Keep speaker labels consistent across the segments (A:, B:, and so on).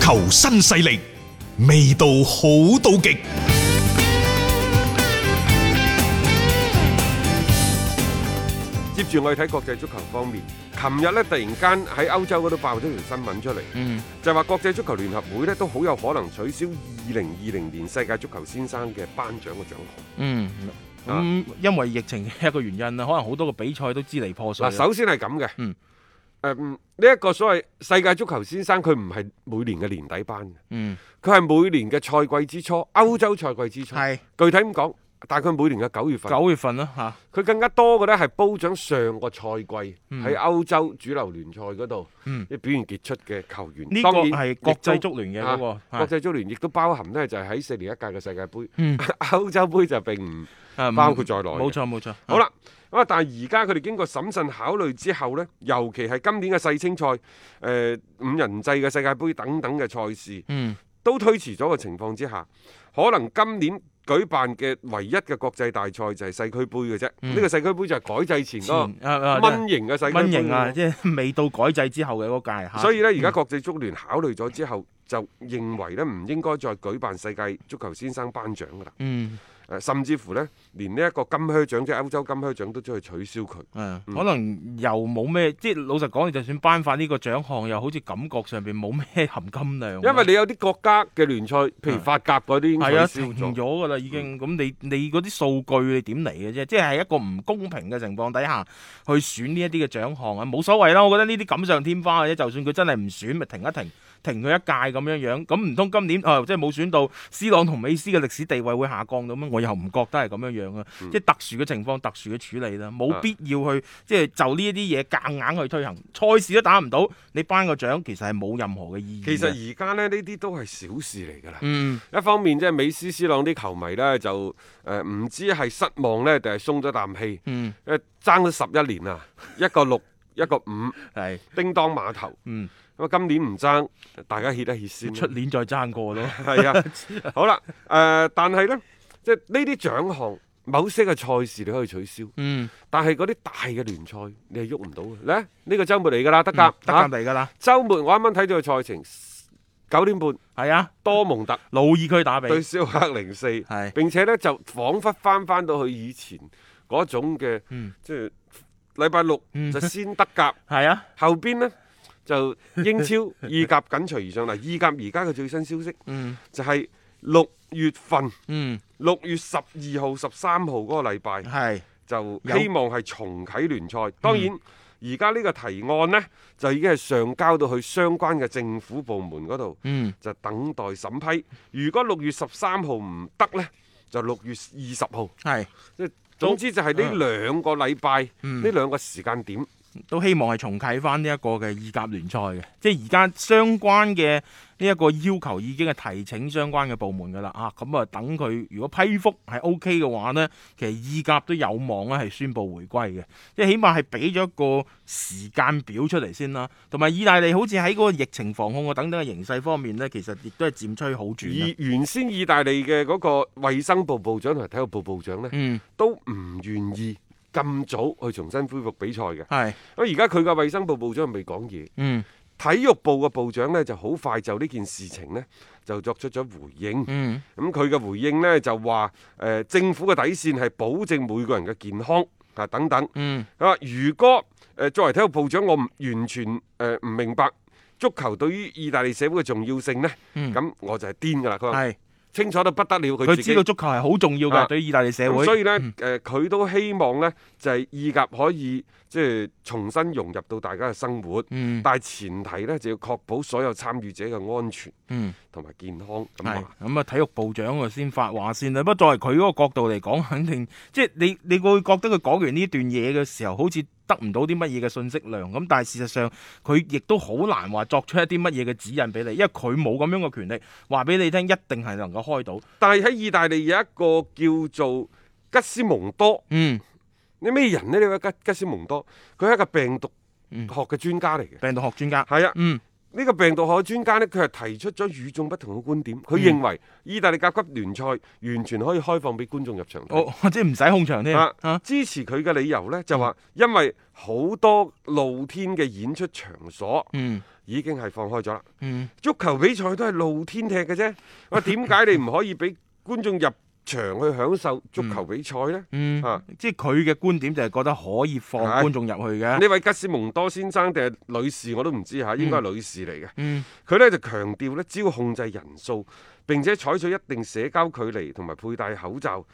A: 球新勢力，味道好到極。
B: 接住我哋睇國際足球方面，琴日呢，突然間喺歐洲嗰度爆咗條新聞出嚟，
C: 嗯，
B: 就話國際足球聯合會呢都好有可能取消二零二零年世界足球先生嘅頒獎嘅獎項。
C: 嗯，咁、因為疫情嘅一個原因啦，可能好多個比賽都支離破碎
B: 嗱，
C: 啦。
B: 首先係咁嘅，
C: 嗯
B: 誒呢一個所謂世界足球先生，佢唔係每年嘅年底頒嘅，
C: 嗯，
B: 佢係每年嘅賽季之初，歐洲賽季之初。
C: 係
B: 具體咁講，大概每年嘅九月份。
C: 九月份啦嚇，
B: 佢更加多嘅呢係褒獎上個賽季
C: 嗯
B: 喺歐洲主流聯賽嗰度
C: 嗯
B: 啲表現傑出嘅球員。
C: 呢個
B: 當然
C: 係
B: 亦
C: 國際
B: 都
C: 足聯嘅嗰個
B: 啊
C: 係
B: 國際足聯亦都包含呢，就係喺四年一屆嘅世界盃，
C: 嗯
B: 歐洲杯就並唔
C: 啊唔
B: 包括在內嘅。
C: 冇錯冇錯。
B: 好啦，咁啊，但係而家佢哋經過審慎考慮之後呢，尤其係今年嘅世青賽、誒、五人制嘅世界盃等等嘅賽事，
C: 嗯，
B: 都推遲咗嘅情況之下，可能今年舉辦嘅唯一嘅國際大賽就係世俱杯嘅啫。呢、
C: 嗯
B: 個世俱杯就係改制前
C: 前
B: 嗰
C: 啊啊
B: 個蚊型嘅世俱杯啊
C: 蚊型啊，即係未到改制之後嘅嗰屆嚇。
B: 所以呢，而家國際足聯考慮咗之後，就認為呢唔應該再舉辦世界足球先生頒獎㗎啦。
C: 嗯。
B: 誒甚至乎呢，連呢一個金靴獎即係歐洲金靴獎都將佢取消佢。
C: 誒，
B: 嗯
C: 可能又冇咩，即係老實講，你就算頒發呢個獎項，又好似感覺上邊冇咩含金量。
B: 因為你有啲國家嘅聯賽，譬如法甲嗰啲已經
C: 啊係啊，
B: 取
C: 停
B: 消
C: 咗
B: 咗。嗯
C: 㗎啦，已經。咁你你嗰啲數據你點嚟嘅啫？即係一個唔公平嘅情況底下，去選呢一啲嘅獎項啊，冇所謂啦。我覺得呢啲錦上添花嘅啫。就算佢真係唔選，咪停一停，停佢一屆咁樣樣。咁唔通今年啊，即係冇選到 C 朗同美斯嘅歷史地位會下降咁樣？我又唔覺得係咁樣樣啊。
B: 嗯
C: 即係特殊嘅情況，特殊嘅處理啦，冇
B: 啊
C: 必要去即係就呢一啲嘢夾硬去推行。賽事都打唔到，你頒個獎其實係冇任何嘅意義嘅。
B: 其實而家呢，呢啲都係小事嚟㗎啦。
C: 嗯
B: 一方面即係美斯、斯朗啲球迷呢，就誒唔知係失望呢，定係鬆咗啖氣。
C: 嗯
B: 誒爭咗十一年啊，一個六，一個五，
C: 係
B: 叮當碼頭。
C: 嗯，
B: 咁啊，今年唔爭，大家歇一歇先啦。
C: 出年再爭過咯。
B: 係啊， 好啦，誒、但係呢，即係呢啲獎項，某些嘅賽事你可以取消，
C: 嗯。
B: 但係嗰啲大嘅聯賽你係喐唔到嘅。咧，呢、個週末嚟㗎啦，德甲，
C: 嗯得
B: 啊
C: 夾嚟噶啦，
B: 周末我啱啱睇到嘅賽程，九點半
C: 係啊，
B: 多蒙特
C: 魯爾區打比，
B: 對肖克零四，
C: 係
B: 並且呢就彷彿翻翻到去以前嗰種嘅，
C: 嗯
B: 即係禮拜六
C: 嗯
B: 就先德 甲，
C: 係啊，
B: 後邊呢就英 超、意甲緊隨而上嗱。意甲而家嘅最新消息
C: 嗯
B: 就係六月份。
C: 嗯
B: 六月十二號、十三號嗰個禮拜
C: 係，
B: 就
C: 有嗯
B: 希望係重啟聯賽。當然，而家呢個提案呢，就已經係上交到去相關嘅政府部門嗰度，
C: 嗯
B: 就等待審批。如果六月十三號唔得呢，就六月二十號。
C: 係，
B: 即係總之就係呢兩個禮拜，呢、
C: 嗯
B: 兩個時間點。
C: 都希望係重啟翻呢一個嘅意甲聯賽嘅，即係而家相關嘅呢一個要求已經係提請相關嘅部門噶啦啊，咁啊等佢如果批覆係 O K 嘅話呢，其實意甲都有望咧係宣布回歸嘅，即係起碼係俾咗一個時間表出嚟先啦，同埋意大利好似喺嗰個疫情防控啊等等嘅形勢方面呢，其實亦都係漸趨好轉啊啦
B: 以原先意大利嘅嗰個衞生部部長同埋體育部部長呢，
C: 嗯，
B: 都唔願意咁早去重新恢復比賽嘅。
C: 係，
B: 咁而家佢嘅衞生部部長未講嘢，
C: 嗯
B: 體育部嘅部長呢就好快就呢件事情呢就作出咗回應。
C: 嗯。
B: 咁佢嘅回應呢就話誒、呃政府嘅底線係保證每個人嘅健康啊等等。
C: 嗯
B: 佢話如果誒、呃作為體育部長，我唔完全呃誒唔、明白足球對於意大利社會嘅重要性呢，
C: 嗯，
B: 咁我就係癲㗎啦。佢話
C: 係
B: 清楚到不得了，佢自
C: 佢知
B: 己
C: 道足球係好重要
B: 啊
C: 嘅，對於意大利社
B: 咁
C: 會。
B: 所以呢，
C: 嗯
B: 誒、佢都希望呢就係、意甲可以即係重新融入到大家嘅生活。
C: 嗯
B: 但係前提呢，就要確保所有參與者嘅安全
C: 嗯，
B: 同埋健康咁
C: 係
B: 話。
C: 咁啊，體育部長啊先發話先啦。不過作為佢嗰個角度嚟講，肯定即係你你會覺得佢講完呢段嘢嘅時候，好似得唔到啲乜嘢嘅信息量。咁但係事實上，佢亦都好難話作出一啲乜嘢嘅指引俾你，因為佢冇咁樣嘅權力話俾你聽，一定係能夠開到。
B: 但係喺意大利有一個叫做吉斯蒙多，
C: 嗯，
B: 你咩人呢？呢位吉吉斯蒙多，佢係一個病毒
C: 嗯
B: 學嘅專家嚟嘅。
C: 病毒學專家。
B: 係啊，
C: 嗯
B: 呢個病毒學專家呢，佢係提出咗與眾不同嘅觀點。佢
C: 嗯
B: 認為意大利甲級聯賽完全可以開放俾觀眾入場睇。
C: 哦， 即係唔使控場添。
B: 啊
C: 啊嗯
B: 支持佢嘅理由呢，就話因為好多露天嘅演出場所
C: 嗯
B: 已經係放開咗啦。
C: 嗯，
B: 足球比賽都係露天踢嘅 啫，喂，點解你唔可以俾觀眾入場去享受足球比賽呢？
C: 嗯，
B: 啊
C: 即係佢嘅觀點就係覺得可以放
B: 係
C: 觀眾入去嘅。
B: 啊呢位吉斯蒙多先生定係女士我都唔知嚇，應該係女士嚟嘅。
C: 嗯
B: 佢呢就強調呢，只要控制人數，並且採取一定社交距離同埋佩戴口罩，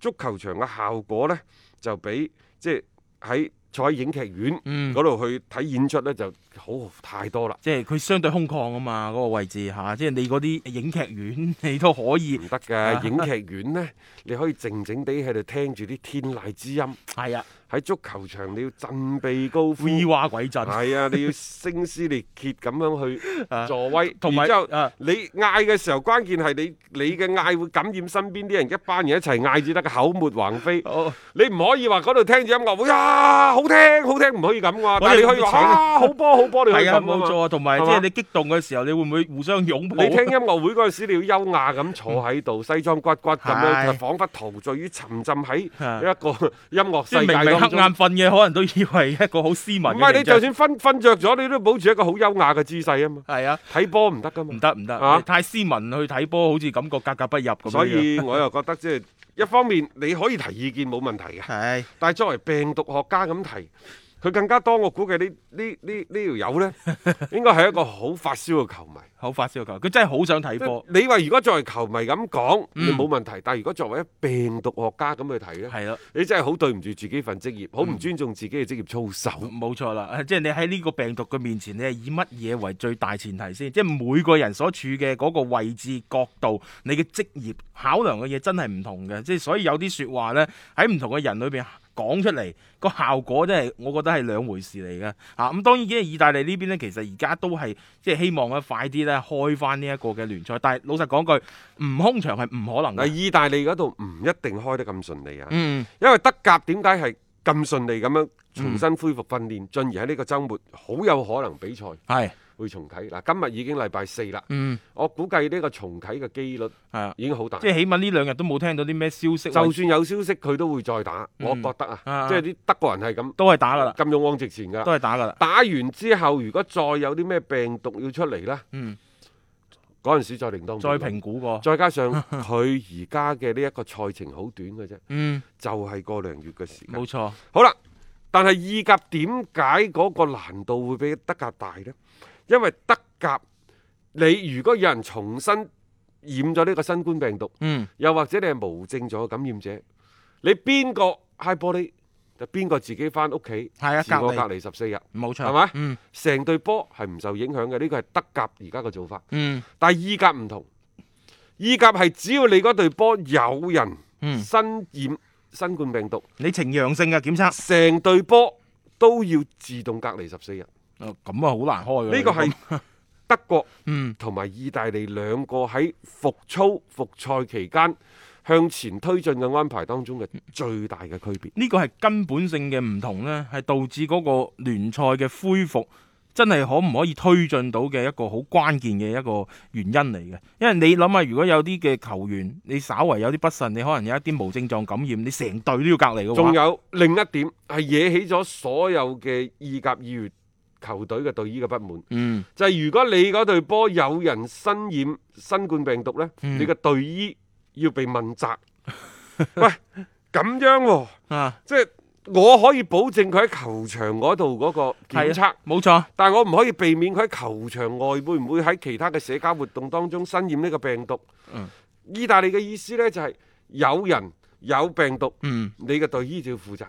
B: 足球場嘅效果呢，就比即係喺坐喺影劇院
C: 嗯，
B: 嗰度去睇演出呢，就好太多啦，
C: 即係佢相對空曠啊嘛，嗰、個位置嚇、即係你嗰啲影劇院 你都可以
B: 唔得嘅。影劇院呢，你可以靜靜地喺度聽住啲天籟之音，
C: 係啊，
B: 喺足球場你要振臂高呼。
C: 飛花鬼陣
B: 係啊，你要聲嘶力竭咁樣去
C: 啊
B: 助威，
C: 同埋
B: 然之後
C: 啊
B: 你嗌嘅時候，關鍵係你你嘅嗌會感染身邊啲人，一班人一齊嗌至得，口沫橫飛。
C: 哦
B: 你唔可以話嗰度聽住音樂會啊，好聽好聽，唔可以咁㗎。但係你可以話
C: 我哋唔
B: 啊，好波好波，你可以
C: 係
B: 咁㗎
C: 啊，
B: 嘛
C: 冇錯啊，同埋即
B: 係嘛
C: 係你激動嘅時候，你會唔會互相擁抱？
B: 你聽音樂會嗰陣時，你要優雅咁坐喺度，西裝骨骨咁樣，
C: 係
B: 就彷彿陶醉於沉浸喺
C: 啊
B: 一個音樂
C: 即
B: 世界
C: 係明明
B: 當
C: 黑
B: 中。
C: 眼瞓嘅，可能都以為一個好斯文嘅
B: 唔係你
C: 形象
B: 就算瞓瞓著咗，你都保持一個好優雅嘅姿勢啊嘛。
C: 係啊，
B: 睇波唔得㗎嘛
C: 唔。得唔得，
B: 啊
C: 你太斯文去睇波，好似感覺格格不入咁樣。
B: 所以我又覺得即係一方面你可以提意見冇問題嘅，
C: 係
B: 但係作為病毒學家咁提，佢更加多我估計呢呢呢呢條友 呢，應該係一個好發燒嘅球迷。
C: 好發燒球，佢真係好想睇
B: 即
C: 波
B: 係。你話如果作為球迷咁講，
C: 嗯
B: 你冇問題，但係如果作為一病毒學家咁去睇呢，
C: 係啦，
B: 你真係好對唔住自己份職業，好
C: 嗯
B: 唔尊重自己嘅職業操守。
C: 冇錯啦，啊即係你喺呢個病毒嘅面前，你係以乜嘢為最大前提先？即係每個人所處嘅嗰個位置、角度、你嘅職業考量嘅嘢真係唔同嘅，即係所以有啲説話呢，喺唔同嘅人裏邊講出嚟，個效果真係我覺得係兩回事嚟嘅嚇。咁、當然嘅意大利呢邊呢，其實而家都係即係希望咧快啲咧開翻呢一個嘅聯賽，但係老實講句，唔空場係唔可能
B: 嗱，
C: 嘅。
B: 意大利嗰度唔一定開得咁順利啊。
C: 嗯，
B: 因為德甲點解係咁順利咁樣重新恢復訓
C: 嗯
B: 練，進而喺呢個週末好有可能比賽
C: 係，
B: 會重啟。嗱，今日已經禮拜四啦，
C: 嗯，
B: 我估計呢個重啟嘅機率
C: 係啊，
B: 已經好大。
C: 即係起碼呢兩日都冇聽到啲咩消息，
B: 就算有消息，佢都會再打。
C: 嗯
B: 我覺得啊，
C: 啊
B: 即係啲德國人係咁
C: 都係打噶啦，
B: 咁勇往直前㗎
C: 都
B: 啦。
C: 係打噶啦，
B: 打完之後，如果再有啲咩病毒要出嚟啦，
C: 嗯。
B: 嗰陣時再另當
C: 再
B: 別論
C: 評估過。
B: 再加 上佢而家嘅呢一個賽程好短嘅啫，
C: 嗯，
B: 就係個零月嘅時間
C: 冇。錯，
B: 好啦，但係意甲點解嗰個難度會比德甲大呢？因為德甲你如果有人重新染咗呢個新冠病毒，
C: 嗯，
B: 又或者你係無症狀嘅感染者，你邊個 high 玻璃就邊個自己翻屋企
C: 係啊
B: 自我
C: 隔離
B: 隔離十四日，
C: 冇錯，
B: 係咪
C: 嗯
B: 成隊波係唔受影響嘅。呢個係德甲而家嘅做法，
C: 嗯
B: 但係意甲唔同，意甲係只要你嗰隊波有人
C: 嗯，
B: 新染新冠病毒。
C: 你呈陽性嘅檢測，
B: 成隊波都要自動隔離十四日。呢
C: 哦咁啊好難開㗎
B: 個係 德國
C: 嗯
B: 同埋意大利兩個喺復操復賽期間向前推進嘅安排當中嘅最大嘅區別。
C: 呢個係根本性嘅唔同呢係導致嗰個聯賽嘅恢復。真係可唔可以推進到嘅一個好關鍵嘅一個原因嚟嘅，因為你諗下，如果有啲嘅球員你稍為有啲不慎，你可能有一啲無症狀感染，你成隊都要隔離嘅
B: 仲
C: 話，
B: 有另一點係惹起咗所有嘅意甲意乙球隊嘅隊醫嘅不滿，
C: 嗯
B: 就係、如果你嗰隊波有人身染新冠病毒呢，
C: 嗯
B: 你嘅隊醫要被問 責。喂，咁樣喎、
C: 啊，
B: 即係我可以保證佢喺球場嗰度嗰個檢
C: 係
B: 測
C: 啊，，冇錯，
B: 但係我唔可以避免佢喺球場外會唔會喺其他嘅社交活動當中身染呢個病毒。
C: 嗯
B: 意大利嘅意思呢，就係、有人有病毒，
C: 嗯，
B: 你嘅隊醫就要負責。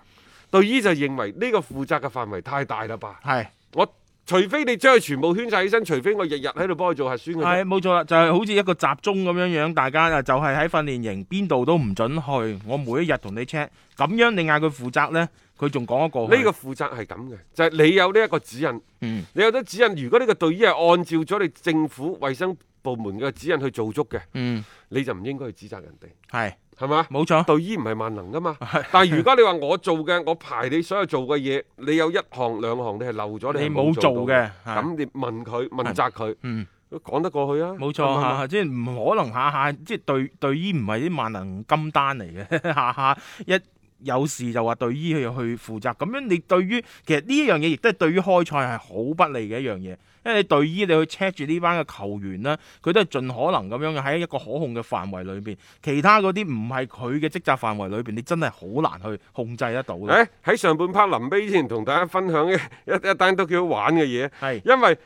B: 隊醫就認為呢個負責嘅範圍太大啦吧？
C: 係。
B: 我除非你將佢全部圈晒起身，除非我日日喺度幫佢做核酸嘅啫
C: 係冇錯啦，就係、好似一個集中咁樣樣，大家啊就係喺訓練營邊度都唔准去，我每一日同你 check，咁樣你嗌佢負責呢，佢仲講得過去
B: 呢個負責係咁嘅，就係、你有呢一個指引。
C: 嗯
B: 你有得指引，如果呢個隊醫係按照咗你政府衛生部門嘅指引去做足嘅，
C: 嗯
B: 你就唔應該去指責人哋，
C: 係
B: 係嘛？
C: 冇錯，
B: 隊醫唔係萬能噶 嘛，但係如果你話我做嘅，我排你所有做嘅嘢，你有一項兩項你係漏咗，
C: 你
B: 係
C: 冇做
B: 到
C: 嘅，係
B: 咁你問佢問責佢，
C: 嗯
B: 都講得過去啊？啱
C: 冇
B: 唔
C: 錯
B: 啱啊
C: 嚇，即 係唔可能下下即係對對醫唔係啲萬能金丹嚟嘅，下下一。有事就話隊醫去去負責，咁樣你對於其實呢一樣嘢亦都係對於開賽係好不利嘅一樣嘢，因為你隊醫你去 check 住呢班嘅球員啦，佢都係盡可能咁樣喺一個可控嘅範圍裏邊，其他嗰啲唔係佢嘅職責範圍裏邊，你真係好難去控制得到咯。
B: 誒喺上半 part 臨尾之前同大家分享一一一單都幾好玩嘅嘢，
C: 係
B: 因為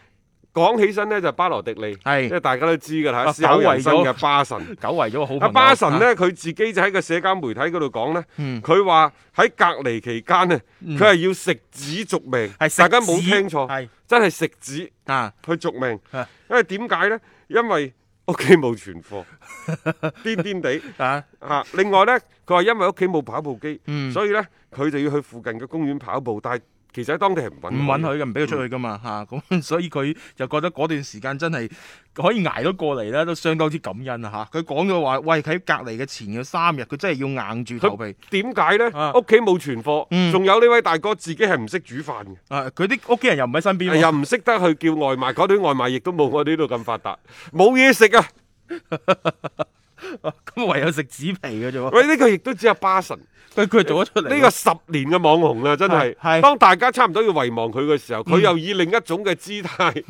B: 講起身呢，就巴羅迪利，即
C: 係
B: 係大家都知㗎啦，
C: 啊
B: 思考人生
C: 久違
B: 嘅巴神。
C: 久違咗個好朋友啊
B: 阿巴神，呢，佢自己就喺個社交媒體嗰度講呢，
C: 嗯
B: 佢話喺隔離期間呢，
C: 嗯
B: 佢係要食紙續命，
C: 啊係食
B: 大家冇
C: 紙
B: 聽錯，
C: 係
B: 真係食紙
C: 啊，
B: 去續命
C: 啊。
B: 因為點解呢？因為屋企冇存 貨，癲癲地。
C: 啊，
B: 啊！另外呢，佢話因為屋企冇跑步機，
C: 嗯
B: 所以呢，佢就要去附近嘅公園跑步，但係其實喺當地係唔
C: 唔
B: 允
C: 允許嘅，唔俾佢出去噶嘛嚇，咁、 所以佢就覺得嗰段時間真係可以捱到過嚟咧，都相當之感恩啊嚇。佢講咗話，喂喺隔離嘅前嘅三日，佢真係要硬住頭皮。
B: 點解
C: 啊
B: 呢？屋企冇存貨，
C: 嗯
B: 仲有呢位大哥自己係唔識煮飯嘅，
C: 啊，佢啲屋企人又唔喺身邊喎。
B: 又唔識得去叫外賣，嗰啲外賣亦都冇我哋呢度咁發達，冇嘢食啊！
C: 咁唯有食紙皮嘅啫喎。
B: 喂，呢個亦都只有巴神，呢
C: 佢佢做 咗出嚟喎。
B: 個十年嘅網紅啦，真係
C: 係。係
B: 當大家差唔多要遺忘佢嘅時候，佢又以另一種嘅姿態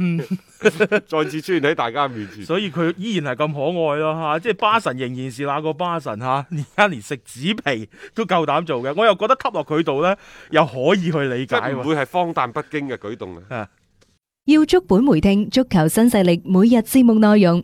B: 再次出現喺大家面前。
C: 所以佢依然係咁可愛咯嚇，即係巴神仍然是那個巴神嚇，而家連食紙皮都夠膽做嘅，我又覺得吸落佢度咧，又可以去理
B: 即
C: 解
B: 係唔
C: 喎。
B: 會係荒誕不經嘅舉動啊！
D: 要足本回聽足球新勢力每日節目內容，